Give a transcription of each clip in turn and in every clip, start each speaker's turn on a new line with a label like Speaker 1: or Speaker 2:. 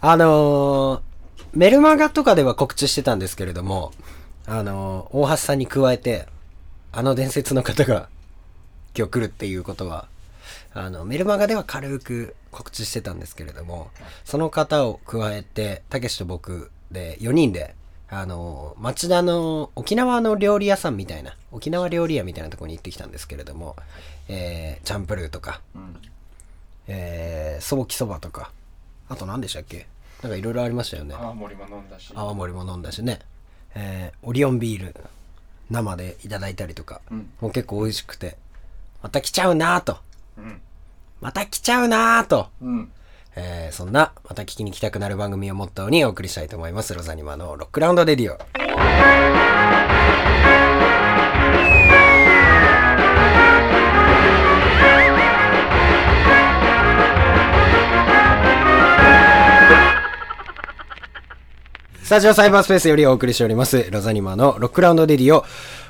Speaker 1: あのーメルマガとかでは告知してたんですけれども、あのー大橋さんに加えて、あの伝説の方が今日来るっていうことは、あの、メルマガでは軽く告知してたんですけれども、その方を加えて、たけしと僕で4人で、あの、町田の沖縄の料理屋さんみたいな、沖縄料理屋みたいなところに行ってきたんですけれども、えーチャンプルーとか、
Speaker 2: うん
Speaker 1: えー、ソーキそばとか、あと何でしたっけなんかいろいろありましたよね。
Speaker 2: 泡盛も飲んだし
Speaker 1: 泡盛も飲んだしね、えーオリオンビール生でいただいたりとか、
Speaker 2: うん
Speaker 1: もう結構美味しくてまた来ちゃうなぁと
Speaker 2: うん
Speaker 1: また来ちゃうなぁと、
Speaker 2: うん
Speaker 1: えーそんなまた聞きに来たくなる番組をモットーにお送りしたいと思いますロザニマのロックラウンドレディオスタジオサイバースペースよりお送りしております、ロザニマのロックラウンドディディオ。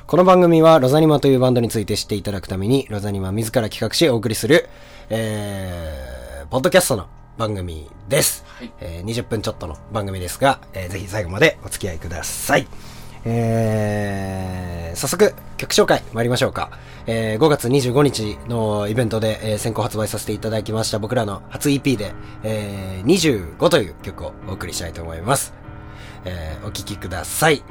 Speaker 1: この番組は、ロザニマというバンドについて知っていただくために、ロザニマ自ら企画しお送りする、えー、ポッドキャストの番組です。
Speaker 2: はい
Speaker 1: えー20分ちょっとの番組ですが、えーぜひ最後までお付き合いください。えー、早速、曲紹介参りましょうか。えー5月25日のイベントで、えー先行発売させていただきました僕らの初 EP で、えー25という曲をお送りしたいと思います。えーお聴きください。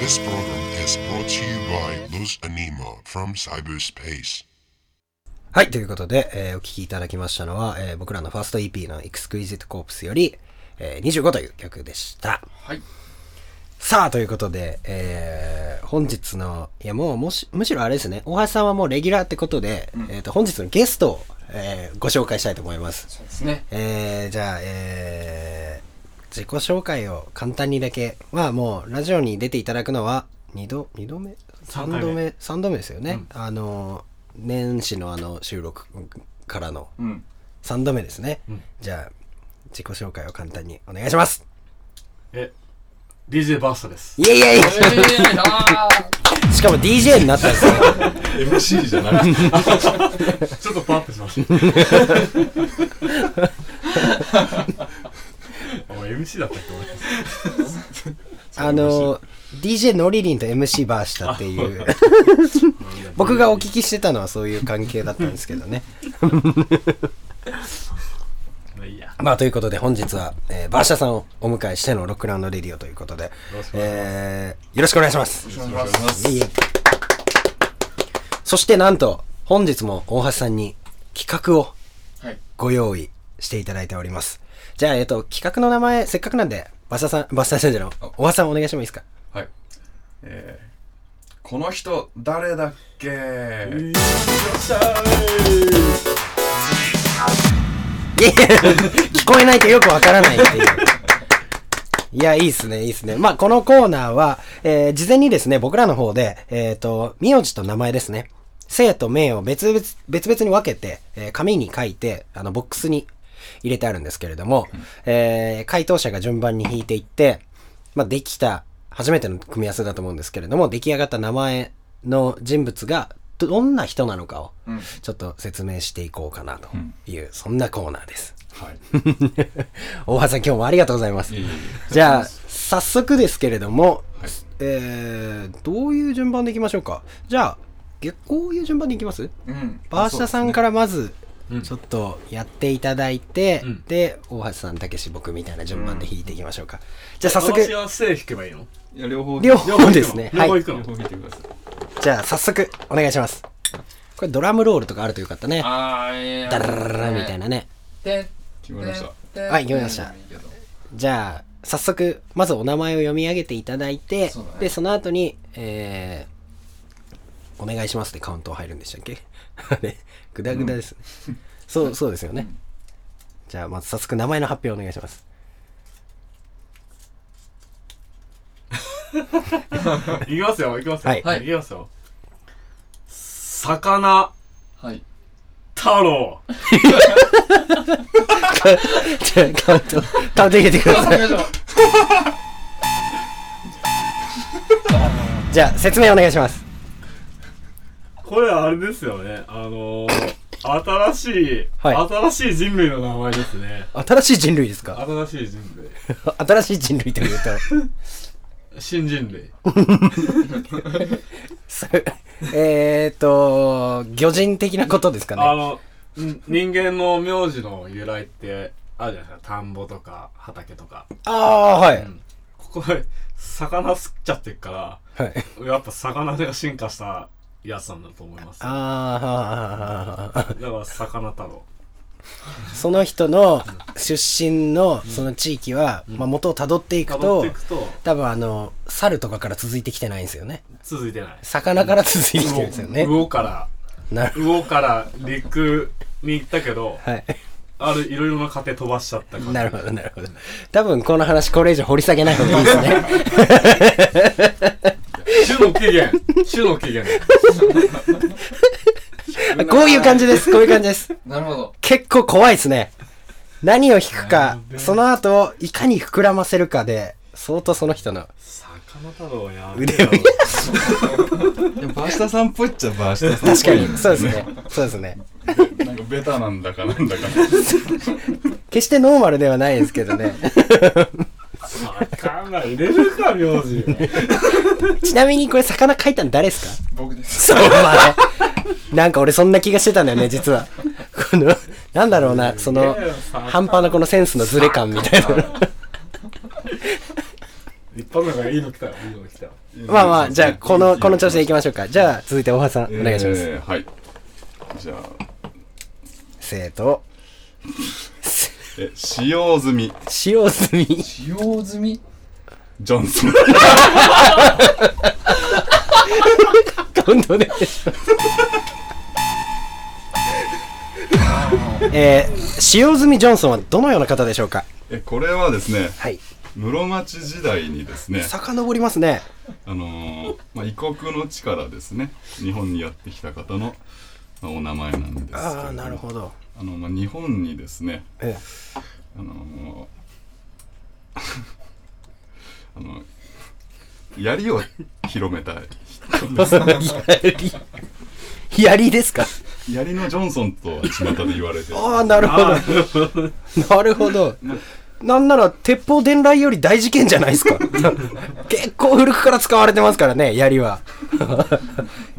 Speaker 3: This program is brought to you by Luz Anima from cyberspace.
Speaker 1: はい、ということで、えーお聴きいただきましたのは、えー僕らのファースト EP の Exquisite Corpse より、えー25という曲でした。
Speaker 2: はい
Speaker 1: さあ、ということで、えー、本日の、いやもうもし、むしろあれですね、大橋さんはもうレギュラーってことで、えっ、と、本日のゲストを、えーご紹介したいと思います。
Speaker 2: そうですね
Speaker 1: えー、じゃあ、えー、自己紹介を簡単にだけ、まあもう、ラジオに出ていただくのは、二度、二度目
Speaker 4: 三
Speaker 1: 三
Speaker 4: 回目
Speaker 1: 度目、三度目ですよね。あの、年始のあの、収録からの
Speaker 2: うん
Speaker 1: 三度目ですね。じゃあ、自己紹介を簡単にお願いします。
Speaker 4: え DJ バーストです
Speaker 1: イエイイエ
Speaker 2: え
Speaker 1: イ
Speaker 2: ー、あ
Speaker 1: しかも DJ になったんですよ。
Speaker 5: MC じゃない
Speaker 4: ちょっとパワーアップしましたお前 MC だったっけ
Speaker 1: あの DJ のりりんと MC バーしたっていう僕がお聞きしてたのはそういう関係だったんですけどね
Speaker 4: 俺まあいいや
Speaker 1: まあということで本日は、えーバーシャさんをお迎えしてのロックラウンドレディオということで
Speaker 4: ろしくお願いし
Speaker 1: えーよろしくお願いします
Speaker 2: お願いします
Speaker 1: いえいえそしてなんと本日も大橋さんに企画を
Speaker 2: はい
Speaker 1: ご用意していただいておりますじゃあ、えっと、企画の名前せっかくなんでバーシャさんバーシャ先生のお大橋さんお願いしてもいいですか
Speaker 5: はい
Speaker 2: えー
Speaker 5: この人誰だっけ
Speaker 1: いやいや聞こえないとよくわからないっていういや、いいっすね、いいっすね。まあ、このコーナーは、えー事前にですね、僕らの方で、えっ、と、名字と名前ですね。姓と名を別々、別々に分けて、えー紙に書いて、あの、ボックスに入れてあるんですけれども、えー回答者が順番に引いていって、まあ、できた、初めての組み合わせだと思うんですけれども、出来上がった名前の人物が、どんな人なのかを、
Speaker 5: うん
Speaker 1: ちょっと説明していこうかなという、そんなコーナーです。
Speaker 4: はい。
Speaker 1: 大橋さん、今日もありがとうございます。
Speaker 4: いい
Speaker 1: じゃあ、早速ですけれども、
Speaker 4: はい
Speaker 1: えー、どういう順番でいきましょうか。じゃあ、げこういう順番でいきます
Speaker 5: うん
Speaker 1: バーシャさんからまず、
Speaker 4: うん
Speaker 1: ちょっとやっていただいて、
Speaker 4: うん
Speaker 1: で、大橋さん、たけし、僕みたいな順番で弾いていきましょうか。じゃあ、早
Speaker 4: 私
Speaker 1: 速、
Speaker 4: は背引けばいいの
Speaker 5: いや両方
Speaker 1: 両方ですね。
Speaker 4: 両
Speaker 1: は
Speaker 4: 方
Speaker 1: い
Speaker 4: 行。くの
Speaker 5: 両方見てください
Speaker 1: じゃあ、早速、お願いします。これ、ドラムロールとかあるとよかったね。
Speaker 2: あーいや
Speaker 1: ダララララみたいなね。
Speaker 2: で
Speaker 5: 決まりました
Speaker 2: で
Speaker 1: はい決まりました
Speaker 2: いいけど
Speaker 1: じゃあ、早速、まずお名前を読み上げていただいて、
Speaker 2: そうだね
Speaker 1: で、その後に、えー、お願いしますってカウント入るんでしたっけ あれ、グダグダですね。そう、そうですよね。じゃあ、まず早速名前の発表お願いします。
Speaker 4: 行きますよ、行きますよ。
Speaker 1: はい
Speaker 2: はい
Speaker 4: 行きますよ。魚
Speaker 2: はい
Speaker 4: 太郎。
Speaker 1: じゃあ、カウント、カウント入れてください。じゃあ、説明お願いします。
Speaker 4: これあれですよね。あのー、新しい、
Speaker 1: はい
Speaker 4: 新しい人類の名前ですね。
Speaker 1: 新しい人類ですか
Speaker 4: 新しい人類。
Speaker 1: 新しい人類という と、
Speaker 4: 新人類。
Speaker 1: それえーと、魚人的なことですか
Speaker 4: あ
Speaker 1: ね。
Speaker 4: の、ん人間の名字の由来ってあるじゃないですか。田んぼとか畑とか。
Speaker 1: ああー、は
Speaker 4: う
Speaker 1: い。
Speaker 4: んここ、魚すっちゃってっか
Speaker 1: はい。
Speaker 4: ら、やっぱ魚が進化したやつなんだと思います。だか
Speaker 1: ああ、
Speaker 4: ら、魚太郎。
Speaker 1: その人の出身のその地域は、まあ、元をたどっていく
Speaker 4: 辿っ
Speaker 1: と
Speaker 4: ていくと、
Speaker 1: 多分あの猿とかから続いてきてないんですよね
Speaker 4: 続いてない。
Speaker 1: 魚から続いてきてるんですよね
Speaker 4: 魚から、
Speaker 1: なる
Speaker 4: 魚から陸に行ったけど、
Speaker 1: はい
Speaker 4: あるいろいろな過程飛ばしちゃった感じ。
Speaker 1: なるほどなるほど多分この話これ以上掘り下げない方がいいですね
Speaker 4: 種の起源。種の起源。
Speaker 1: こういう感じですこういう感じです
Speaker 2: なるほど
Speaker 1: 結構怖いですね何を引くか
Speaker 4: やべえ
Speaker 1: その後いかに膨らませるかで相当その人の
Speaker 4: 魚太郎やべえ
Speaker 1: 腕を
Speaker 4: よ
Speaker 5: いやバーシタさんっぽいっちゃバーシタさんっ
Speaker 1: 確
Speaker 5: ぽ
Speaker 1: か
Speaker 5: い
Speaker 1: に そうですねそうですね
Speaker 5: なんかベタなんだかなんだか
Speaker 1: 決してノーマルではないですけどね
Speaker 4: 魚入れるか、名字。
Speaker 1: ちなみにこれ魚描いたの誰ですか
Speaker 5: 僕です
Speaker 1: そう、まあ、なんか俺そんな気がしてたんだよね、実は。この、なんだろうな、その、半端なこのセンスのズレ感みたいな。
Speaker 4: 一般の方がいいの来たよ、いいの来たよ。
Speaker 1: まあまあ、じゃあ、この、この調子でいきましょうか。じゃあ、続いて大橋さん、お願いします。
Speaker 5: えーはいじゃあ
Speaker 1: 生徒、
Speaker 5: え使用済み
Speaker 1: 使用済み。
Speaker 2: 使用済み
Speaker 5: ジョンソン
Speaker 1: 今度ね。えー、使用済みジョンソンはどのような方でしょうか
Speaker 5: えこれはですね
Speaker 1: はい。
Speaker 5: 室町時代にですね
Speaker 1: 遡りますね。
Speaker 5: あのーまあ、異国の地からですね日本にやってきた方の、まあ、お名前なんですけれども
Speaker 1: ああ、なるほど。
Speaker 5: あの、まあ、日本にですね
Speaker 1: え
Speaker 5: あのー あの槍を広めた人 です
Speaker 1: え、槍ですか
Speaker 5: 槍のジョンソンとは巷で言われてる
Speaker 1: ああ、なるほど。 なるほど。なんなら、鉄砲伝来より大事件じゃないです か。結構古くから使われてますからね、槍は。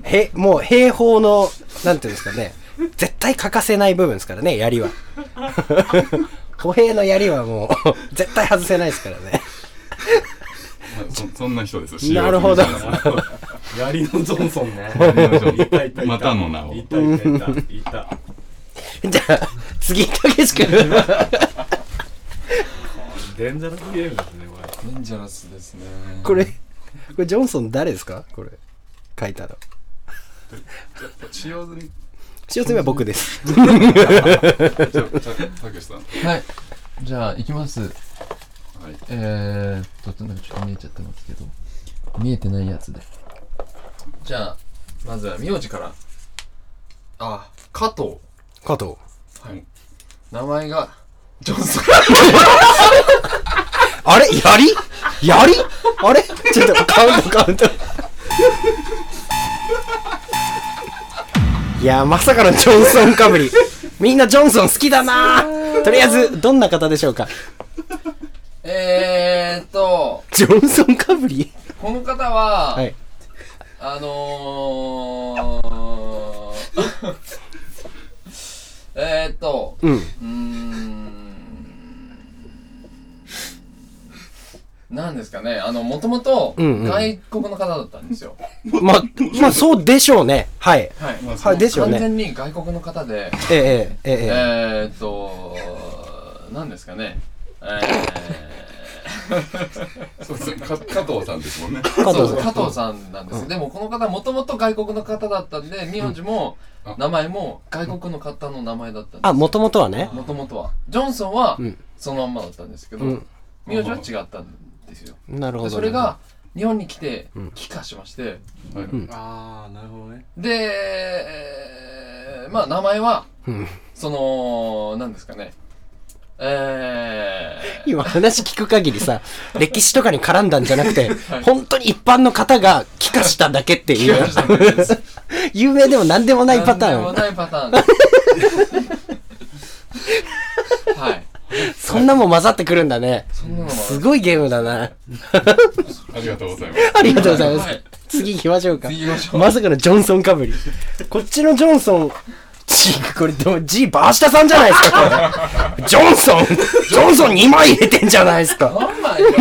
Speaker 1: へ、もう兵法の、なんていうんですかね、絶対欠かせない部分ですからね、槍は。 歩兵の槍はもう、絶対外せないですからね。
Speaker 5: そそんな人です使用済み
Speaker 1: なるほど。
Speaker 5: ジョンソン
Speaker 4: 槍のジョンソンね。
Speaker 5: 槍のジョンソン
Speaker 4: いたいたいた。
Speaker 5: またの名を
Speaker 4: いたいたいた。いた。
Speaker 1: じゃあ、次、かけし君。
Speaker 4: デンジャラスゲームですね、これ。
Speaker 5: デンジャラスですね
Speaker 1: これ、これ、ジョンソン誰ですかこれ、書いたの。
Speaker 5: 使用済み
Speaker 1: 塩爪は僕です。
Speaker 5: じゃあたたけしさん
Speaker 2: はいじゃあ行きます
Speaker 5: はい
Speaker 6: えー、っと、なんかちょっと見えちゃってますけど、見えてないやつで。じゃあ、まずは名字から。あ、加藤。
Speaker 1: 加藤。
Speaker 6: 名前が、ジョンソン。
Speaker 1: あれやりやりあれちょっとカウントカウント。いやーまさかのジョンソンかぶり。みんなジョンソン好きだなーとりあえず、どんな方でしょうか
Speaker 7: えーっと、
Speaker 1: ジョンソンかぶり
Speaker 7: この方は、
Speaker 1: はい
Speaker 7: あのー、 えーっと、
Speaker 1: うん。
Speaker 7: うーんなんですかね、あの、もともと
Speaker 1: うんうん
Speaker 7: 外国の方だったんですよ。
Speaker 1: まあ、まあそうでしょうね。はい。
Speaker 7: はい。
Speaker 5: まあそ
Speaker 1: は
Speaker 5: う
Speaker 1: い、ですよ
Speaker 7: 完
Speaker 1: ね。
Speaker 7: 全に外国の方で、
Speaker 1: ええ、ええ、ええ。
Speaker 7: えーっと、なんですかね、え
Speaker 5: そうですねか加藤さんですもん
Speaker 7: ー、
Speaker 5: ね
Speaker 1: 加藤
Speaker 7: そう
Speaker 1: さ
Speaker 7: 加
Speaker 1: ん。
Speaker 7: 藤さんなんです、でもこの方、もともと外国の方だったんで、名字も
Speaker 5: うんあ
Speaker 7: 名前も外国の方の名前だったんです。
Speaker 1: あ、もともとはね。
Speaker 7: もともとは。ジョンソンは
Speaker 1: うん
Speaker 7: そのまんまだったんですけど、
Speaker 1: うん
Speaker 7: 名字は違ったんですよ。
Speaker 1: なるほ
Speaker 7: で
Speaker 1: ど。
Speaker 7: それが、日本に来て
Speaker 1: うん
Speaker 7: 帰化しまして、
Speaker 5: はい
Speaker 4: ああなるほどね
Speaker 7: で、えーまあ名前は、
Speaker 1: うん、
Speaker 7: その、なんですかね、えー、
Speaker 1: 今話聞く限りさ、歴史とかに絡んだんじゃなくて、
Speaker 7: い
Speaker 1: 本当に一般の方が帰化しただけっていう、有名でも何でもないパタ
Speaker 7: なんで
Speaker 1: ー
Speaker 7: も
Speaker 1: ン。
Speaker 7: ないパタ ーンです。はい。
Speaker 1: そんなもん混ざってくるんだね。
Speaker 7: そんなのも
Speaker 1: すごいゲームだな。
Speaker 5: ありがとうございます
Speaker 1: ありがとうございま
Speaker 7: は
Speaker 1: す
Speaker 7: い。
Speaker 1: 次行きましょうか。
Speaker 7: 次行きましょう
Speaker 1: まさかのジョンソンかぶり。こっちのジョンソン、ちこれでも G バーシタさんじゃないですか、これ。ジョンソン、ジョンソン2枚入れてんじゃないですか。
Speaker 7: 何枚だよ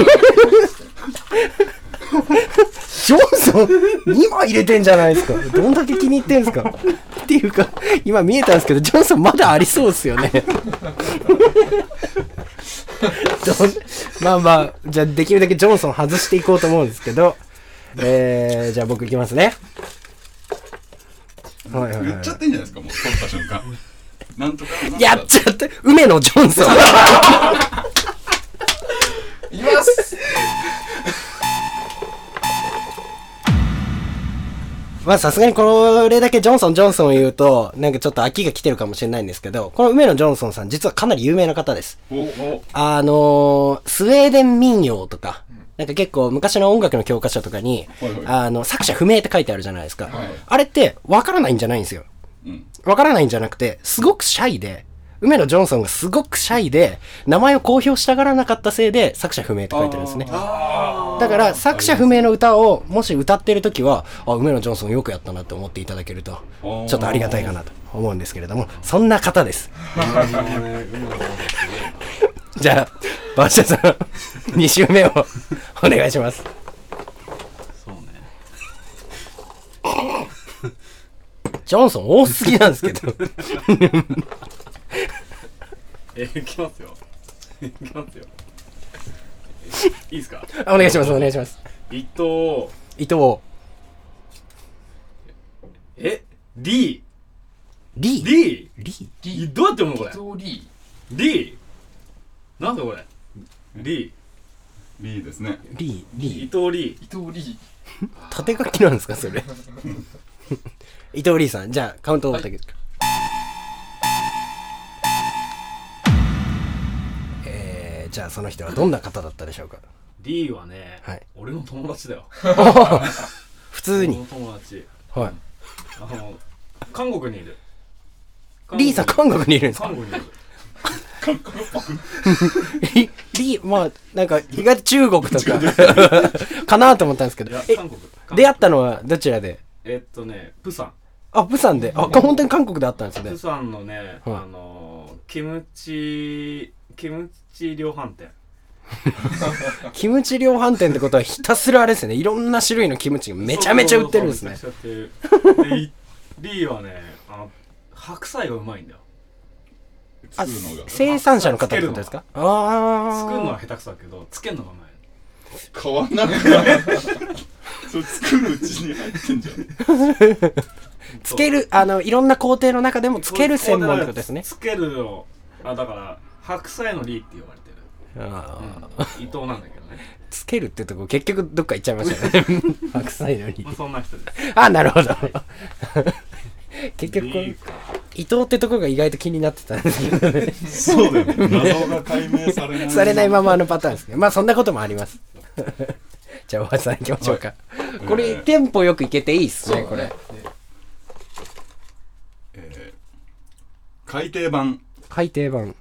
Speaker 1: ジョンソン2枚入れてんじゃないですか。どんだけ気に入ってんすか。っていうか、今見えたんですけど、ジョンソンまだありそうっすよね。どんまあまあ、じゃあできるだけジョンソン外していこうと思うんですけど、えー、じゃあ僕いきますね。はいはい、
Speaker 5: 言っ
Speaker 1: は
Speaker 5: ちゃっていいんじゃないですかもう取った瞬間なんとか
Speaker 1: い。やっちゃって、梅野ジョンソン。
Speaker 7: います
Speaker 1: まあさすがにこれだけジョンソンジョンソン言うと、なんかちょっと秋が来てるかもしれないんですけど、この梅野ジョンソンさん実はかなり有名な方です。
Speaker 5: おお
Speaker 1: あのースウェーデン民謡とか、なんか結構昔の音楽の教科書とかに、
Speaker 5: はいはい
Speaker 1: あの、作者不明って書いてあるじゃないですか。
Speaker 5: はい
Speaker 1: あれって、わからないんじゃないんですよ。
Speaker 5: うん
Speaker 1: わからないんじゃなくて、すごくシャイで、梅野ジョンソンがすごくシャイで、名前を公表したがらなかったせいで、作者不明って書いてるんですね。だから、作者不明の歌を、もし歌ってる時は、あ、梅野ジョンソンよくやったなって思っていただけると、ちょ
Speaker 5: ー
Speaker 1: っとありがたいかなと思うんですけれども、そんな方 です。じゃあ、バッシャさん、2周目をお願いします。
Speaker 4: そうね
Speaker 1: ジョンソン多すぎなんですけど。
Speaker 4: えいきますよいきますよいいですか
Speaker 1: あお願いします、お願いします。
Speaker 4: 伊藤
Speaker 1: 伊藤、
Speaker 4: え D
Speaker 1: リー。
Speaker 4: D
Speaker 1: リー
Speaker 4: いどうやって読むのこれ
Speaker 7: ゾーリ
Speaker 4: D なんだこれ D
Speaker 5: リーですね
Speaker 1: リー、
Speaker 4: 伊
Speaker 1: リー。
Speaker 4: 藤リ
Speaker 7: ー、伊藤リー。
Speaker 1: 縦書きなんですか、それ。伊藤リーさん、じゃあ、カウントを叩けるえーじゃあ、その人はどんな方だったでしょうか。
Speaker 4: D はね、
Speaker 1: はい
Speaker 4: 俺の友達だよ
Speaker 1: 普通
Speaker 4: 俺
Speaker 1: に
Speaker 4: の。友達
Speaker 1: は
Speaker 4: あの韓国にいる
Speaker 1: い。リーさん、韓国にいるんですか
Speaker 4: 韓国にいる
Speaker 1: リリー、まあ、なんか、意外と中国とか、 かなと思ったんですけ
Speaker 4: い
Speaker 1: ど
Speaker 4: や、
Speaker 1: え、
Speaker 4: 韓国
Speaker 1: 出会ったのはどちらで
Speaker 4: えっとねプサン
Speaker 1: あ、プサンで。あ、本当に韓国で会ったんです
Speaker 4: プ
Speaker 1: ね。
Speaker 4: サンのね、
Speaker 1: はい
Speaker 4: あのーキムチキムチ量販店
Speaker 1: キムチ量販店ってことはひたすらあれですね。いろんな種類のキムチがめちゃめちゃ売ってるんですね。
Speaker 4: そうそうそうめちゃめちゃ売ってるでいリーはねあの白菜がうまいんだよ
Speaker 1: あ
Speaker 5: 作るのが
Speaker 1: 生産者の方ってことですかああ。
Speaker 4: 作るのは下手くそだけどつけるのがうまい
Speaker 5: 変わんなくないそれ作るうちに入ってんじゃん
Speaker 1: つける、あの、いろんな工程の中でもつける専門ってことですね。
Speaker 4: つけるのあだから白菜のリーって言われてる
Speaker 1: ああ
Speaker 4: 伊藤なんだけどね。
Speaker 1: つけるってとこ結局どっか行っちゃいましたよね 白菜のに
Speaker 4: まあ、そんな人です。
Speaker 1: あなる ほど結局こう
Speaker 4: いいか
Speaker 1: 伊藤ってとこが意外と気になってたんですけどね
Speaker 5: そうだよね。謎が解明されない。
Speaker 1: されないままのパターンですねまあそんなこともあります じゃあ大橋さん行きましょうか、これ、
Speaker 5: えー
Speaker 1: テンポよくいけていいっすねこれ
Speaker 5: えー改訂版。
Speaker 1: 改訂版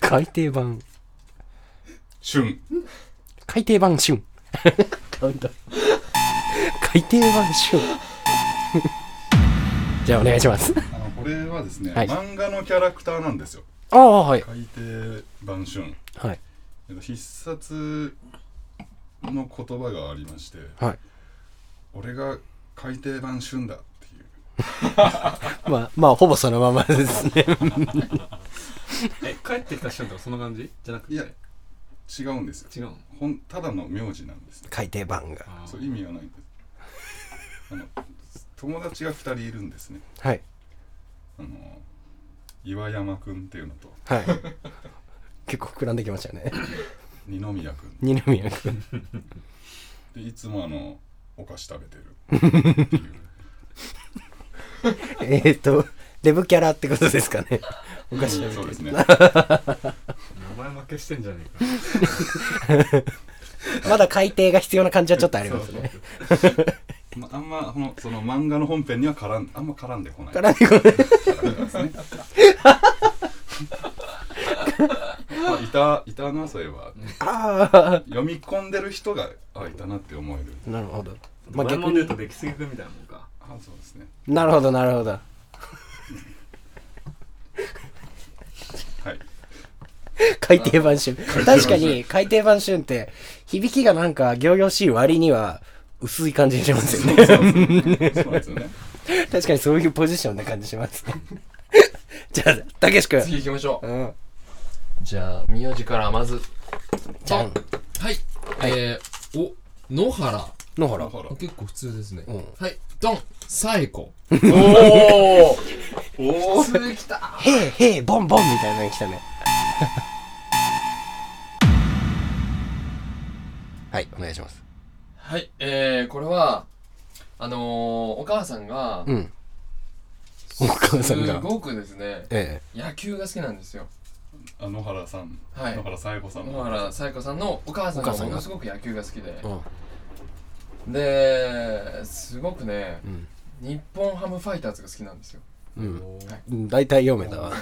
Speaker 1: 改訂版
Speaker 5: 春。
Speaker 1: 改訂版旬カウント改訂版旬 じゃあお願いします
Speaker 5: あのこれはですね、
Speaker 1: はい
Speaker 5: 漫画のキャラクターなんですよ。
Speaker 1: ああはい
Speaker 5: 改訂版春。
Speaker 1: はい
Speaker 5: えっと必殺の言葉がありまして、
Speaker 1: はい
Speaker 5: 俺が改訂版春だっていう。
Speaker 1: まあまあほぼそのままですね
Speaker 4: え、帰ってきた瞬間そんな感じじゃなくて。
Speaker 5: いや違うんですよ。
Speaker 4: 違うの
Speaker 5: ほんただの名字なんです。
Speaker 1: 改訂版が
Speaker 4: あー
Speaker 5: そう意味はないんです。あの友達が二人いるんですね。
Speaker 1: はい
Speaker 5: あの岩山くんっていうのと
Speaker 1: はい結構膨らんできましたね
Speaker 5: 二宮くん
Speaker 1: 二宮君
Speaker 5: でいつもあのお菓子食べてる っていう
Speaker 1: えっとデブキャラってことですかねおかしい
Speaker 5: そうです ね
Speaker 4: 名前負けしてんじゃねえか。
Speaker 1: まだ改訂が必要な感じはちょっとありますね
Speaker 5: まあんまこのその漫画の本編には絡んあんま絡んでこない
Speaker 1: 絡んでこない
Speaker 5: まあいたいたなそういえば
Speaker 1: あ
Speaker 5: 読み込んでる人があいたなって思える
Speaker 1: あ なるほどまあ
Speaker 4: まあ、
Speaker 1: 逆
Speaker 4: 逆に
Speaker 1: に
Speaker 4: 言うと出来すぎくんみたいなもんか。
Speaker 5: あそうですね
Speaker 1: なるほどなるほど
Speaker 5: はい
Speaker 1: 海底版旬確かに海底版旬って響きがなんか行々しい割には薄い感じにしますよね
Speaker 5: そうですねそうですよね
Speaker 1: 確かにそういうポジションな感じしますね じゃあたけし君
Speaker 7: 次行きましょう。
Speaker 1: うん
Speaker 7: じゃあ、名字からまず。
Speaker 1: じゃん
Speaker 7: はい。えー、お、野原。
Speaker 1: 野原
Speaker 5: ほら
Speaker 7: 結構普通ですね。
Speaker 1: うん
Speaker 7: はい。ドン、サエコ。
Speaker 2: おー
Speaker 5: おお
Speaker 2: 普通きた
Speaker 1: へえへえボンボンみたいなの来たね はいお願いします
Speaker 7: はい。えー、これは、あのー、お母さんが、
Speaker 1: うんお母さん
Speaker 7: す
Speaker 1: が
Speaker 7: ごくですね、
Speaker 1: え
Speaker 7: 野球が好きなんですよ。
Speaker 5: あ野原さん、
Speaker 7: はい
Speaker 5: 野原さえ子さん
Speaker 7: 野原サエコさんのお母さん
Speaker 1: お
Speaker 7: が
Speaker 1: 母さん
Speaker 7: も
Speaker 1: が
Speaker 7: のすごく野球が好きで
Speaker 1: え、うん
Speaker 7: で、すごくね、
Speaker 1: うん
Speaker 7: 日本ハムファイターズが好きなんですよ。
Speaker 1: うんうん大体読めたわ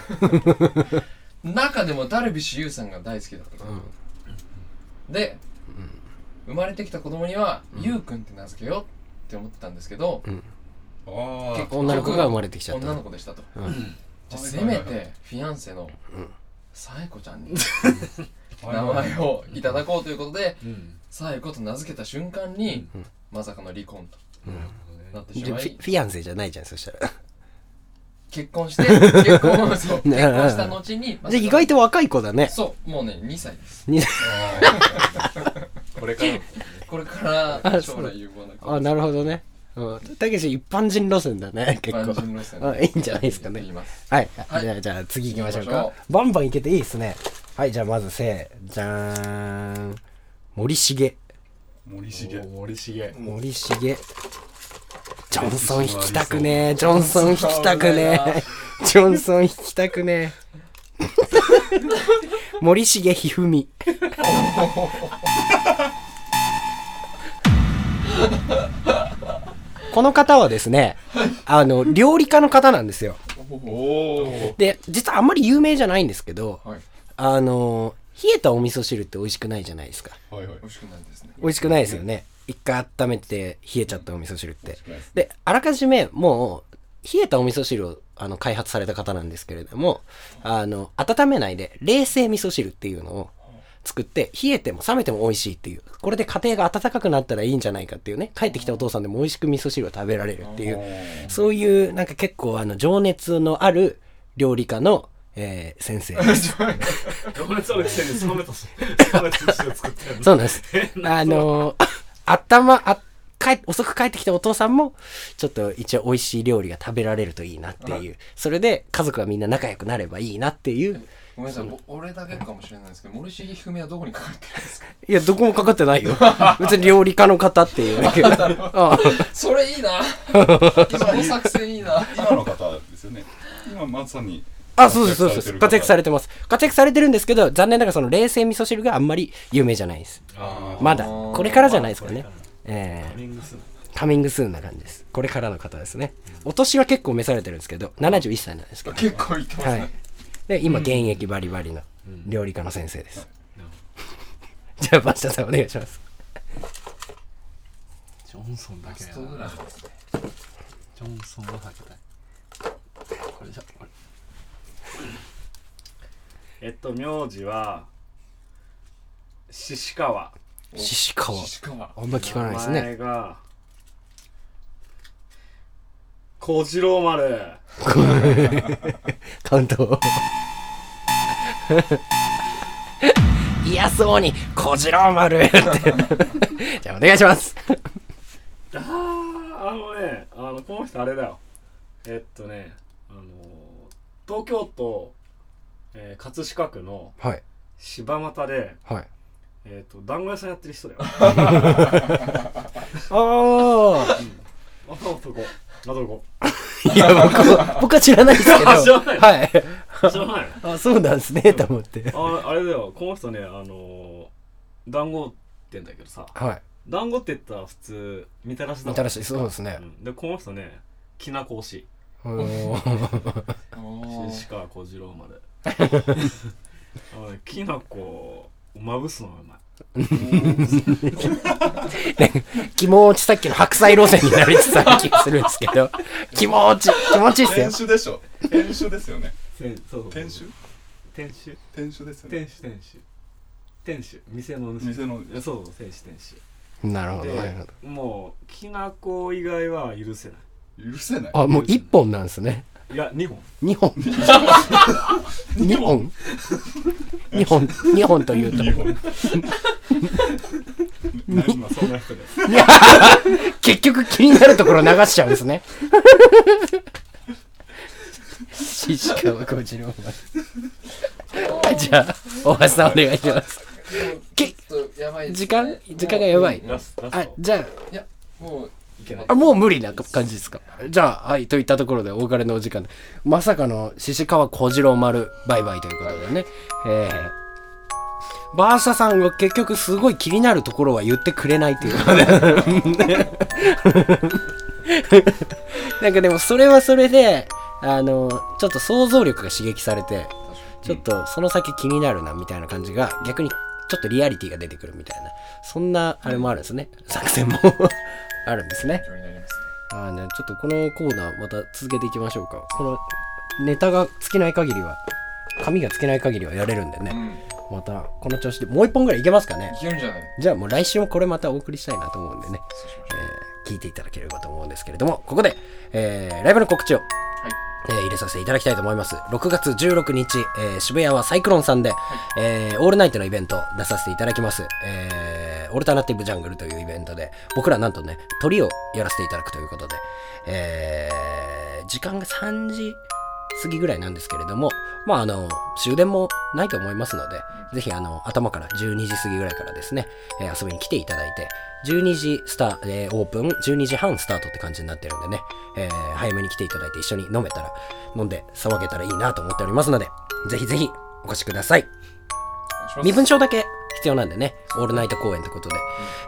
Speaker 7: 中でもダルビッシュ有さんが大好きだったの、で、生まれてきた子供には「ゆうくん」って名付けようって思ってたんですけど、
Speaker 5: ああ
Speaker 7: 結
Speaker 1: 女の子が生まれてきちゃった
Speaker 7: 女の子でしたと、
Speaker 1: うん
Speaker 7: じゃあ
Speaker 5: はい
Speaker 7: せ
Speaker 5: はいはい
Speaker 7: めてフィアンセのさえこちゃんに名
Speaker 5: 名
Speaker 7: 前をいただこうということで
Speaker 4: うん。
Speaker 7: さえこと名付けた瞬間に、まさかの離婚となって
Speaker 1: で
Speaker 7: し
Speaker 1: フ
Speaker 7: ま
Speaker 1: ィ
Speaker 7: い
Speaker 1: フィアンセじゃないじゃんそしたら
Speaker 7: 結 婚して結婚をそう
Speaker 1: ね
Speaker 7: 結婚した後にまさかの
Speaker 1: じゃあ意外と若い子だね
Speaker 7: そうもうね2歳です
Speaker 1: に
Speaker 4: これから。
Speaker 7: これから将来有望な
Speaker 1: あなるほどねうんたけし一般人路線だね結
Speaker 7: 万
Speaker 1: 構
Speaker 7: 人路線
Speaker 1: あいいんじゃないですかね
Speaker 7: 言います
Speaker 1: はい、
Speaker 7: はい
Speaker 1: じゃあじゃあ次行きましょう
Speaker 7: 行
Speaker 1: か
Speaker 7: きま
Speaker 1: バンバンいけていいですねはいじゃあまずせーじゃーん森重
Speaker 5: 森重
Speaker 4: 森重。
Speaker 1: 森重ジョンソン引きたくねえジョンソン引きたくねえジョンソン引きたくね え森重ひふみこの方はですねあの料理家の方なんですよ
Speaker 5: おお
Speaker 1: で実はあんまり有名じゃないんですけど
Speaker 7: はい
Speaker 1: あの冷えたお味噌汁って美味しくないじゃないですか
Speaker 5: はいはい
Speaker 7: 美味しくないですね
Speaker 1: 美味しくないですよね一回温めて冷えちゃったお味噌汁って
Speaker 5: くないです
Speaker 1: であらかじめもう冷えたお味噌汁をあの開発された方なんですけれどもあの温めないで冷製味噌汁っていうのを作って冷えても冷めても美味しいっていうこれで家庭が温かくなったらいいんじゃないかっていうね帰ってきたお父さんでも美味しく味噌汁を食べられるっていうそういうなんか結構あの情熱のある料理家の、えー先生
Speaker 4: 情熱あるくせにその目とし、その目としてを作ってる
Speaker 1: そうなん です。あのー、頭、あ、帰っ遅く帰ってきたお父さんも、ちょっと一応美味 しい料理が食べられるといいなっていう。それで家族がみんな仲良くなればいいなっていう
Speaker 7: ごめんなさい、ぼ俺だけかもしれないですけど、森重ひみはどこにかかってるんですか
Speaker 1: いや、どこもかかって ないよ。別に料理家の方っていうだけ。 あ
Speaker 7: それい いなその作戦いいな
Speaker 5: 今の方ですよね今まさに
Speaker 1: あ、そうです、そうです。活躍さ
Speaker 5: れ
Speaker 1: れてます。活躍されてるんですけど、残念ながらその冷製味噌汁があんまり有名じゃないです。まだ。これからじゃないですかね。ええ
Speaker 4: リングス
Speaker 1: カミングスーンな感じです。これからの方ですね。お年は結構召されてるんですけど、71歳なんですけど。
Speaker 7: 結構いってます
Speaker 1: は
Speaker 7: ね、
Speaker 1: い。で、今、現役バリバリの料理家の先生です。 じゃあ、バッシャさんお願いします。
Speaker 4: ジョンソンだけ
Speaker 7: ス
Speaker 4: や
Speaker 7: ト
Speaker 4: な
Speaker 7: グラム
Speaker 4: ジョンソンは避けたいこれじゃこれえっと名字は獅子川
Speaker 1: 獅子川。
Speaker 7: しかも
Speaker 1: あんま聞かないです
Speaker 4: 名
Speaker 1: ね。
Speaker 4: 前が小次郎丸
Speaker 1: カウントを。嫌そうに、小次郎丸 って。じゃあ、お願いします。
Speaker 4: あーあのねあのこの人あれだよえっとねあの東京都、えー葛飾区の
Speaker 1: はい。
Speaker 4: 柴又で、
Speaker 1: はい。
Speaker 4: えっと団子屋さんやってる 人だよ
Speaker 1: あ
Speaker 4: あそこあ そこ
Speaker 1: あ。いや、僕は、僕は知らないですけど。
Speaker 4: 知らない
Speaker 1: はい。
Speaker 4: 知らない
Speaker 1: あ、そうなんですね、と思って。
Speaker 4: ああれだよこの人ねあのー、団子店だけどさ
Speaker 1: はい。
Speaker 4: 団子って言ったら普通みたらしだ
Speaker 1: み
Speaker 4: もん
Speaker 1: たらし、そうですね
Speaker 4: う。んでこの人ねきなこ推し
Speaker 1: おー
Speaker 7: おー
Speaker 4: 石川小次郎まで あのねきなこをまぶすのがうまい
Speaker 1: 気持ちさっきの白菜路線になりつつある気がするんですけど。 気持ち、気持ちいいっすよ
Speaker 5: 店。主でしょ店主ですよね
Speaker 4: 店そうそう
Speaker 5: 店主
Speaker 4: 店主
Speaker 5: 店主ですよね
Speaker 4: 店主店主店主店主店主店主店主
Speaker 5: 店の
Speaker 4: いやそうそう店主店主
Speaker 1: なるほど、なるほ
Speaker 4: で
Speaker 1: ど。も
Speaker 4: もうきなこ以外は許せな
Speaker 5: 許せない
Speaker 1: あ、もう一本なんですね。
Speaker 4: いいや2本
Speaker 1: 2本。2本 ?2 本、2本というと。
Speaker 5: 日本何今そんな人で
Speaker 1: いや結局気になるところ流しちゃうんですね。 石川小次郎丸。 じゃあ、大橋さんお願いします。け
Speaker 7: ちょっとやばいです
Speaker 1: 時
Speaker 7: ね
Speaker 1: 間、時間がやばい。
Speaker 4: ラスラ
Speaker 1: あ
Speaker 4: ス、ト
Speaker 1: じゃ
Speaker 7: もう
Speaker 4: いけない
Speaker 1: あ、あもう無理な感じですか。じゃあ、はい、といったところでお別れのお時間で。まさかの、獅子川小次郎丸、バイバイということでね。えーバーサさんが結局すごい気になるところは言ってくれないというかねなんかでもそれはそれであのちょっと想像力が刺激されてちょっとその先気になるなみたいな感じが逆にちょっとリアリティが出てくるみたいなそんなあれもあるんですね作戦もあるんですね
Speaker 7: 以上になります
Speaker 1: あーねちょっとこのコーナーまた続けていきましょうかこのネタが尽きない限りは紙が尽きない限りはやれるんでね
Speaker 7: ね
Speaker 1: またこの調子でもう一本ぐらいいけますかね
Speaker 7: うんいけるんじゃない
Speaker 1: じゃあもう来週もこれまたお送りしたいなと思うんでね、
Speaker 7: そうしましょ
Speaker 1: えー聞いていただければと思うんですけれどもここで、えーライブの告知を、えー入れさせていただきたいと思います6月16日、えー渋谷はサイクロンさんで、えーオールナイトのイベントを出させていただきます、えーオルタナティブジャングルというイベントで僕らなんとね鳥をやらせていただくということで、えー時間が3時過ぎぐらいなんですけれども、まあ、あの、終電もないと思いますので、ぜひ、あの、頭から12時過ぎぐらいからですね、えー遊びに来ていただいて、12時スタ、えーオープン、12時半スタートって感じになってるんでね、えー早めに来ていただいて一緒に飲めたら、飲んで騒げたらいいなと思っておりますので、ぜひぜひお越しください。
Speaker 7: お願いします
Speaker 1: 身分証だけ必要なんでね、オールナイト公演ということで、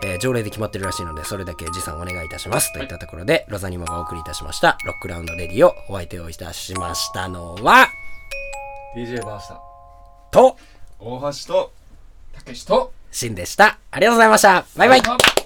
Speaker 1: えー条例で決まってるらしいので、それだけ持参お願いいたします。といったところで、ロザニモがお送りいたしました、ロックラウンドレディをお相手をいたしましたのは、
Speaker 4: DJ バーした
Speaker 1: と、
Speaker 5: 大橋と
Speaker 7: たけしと
Speaker 1: シンでした。ありがとうございました。バイバイ。
Speaker 7: イ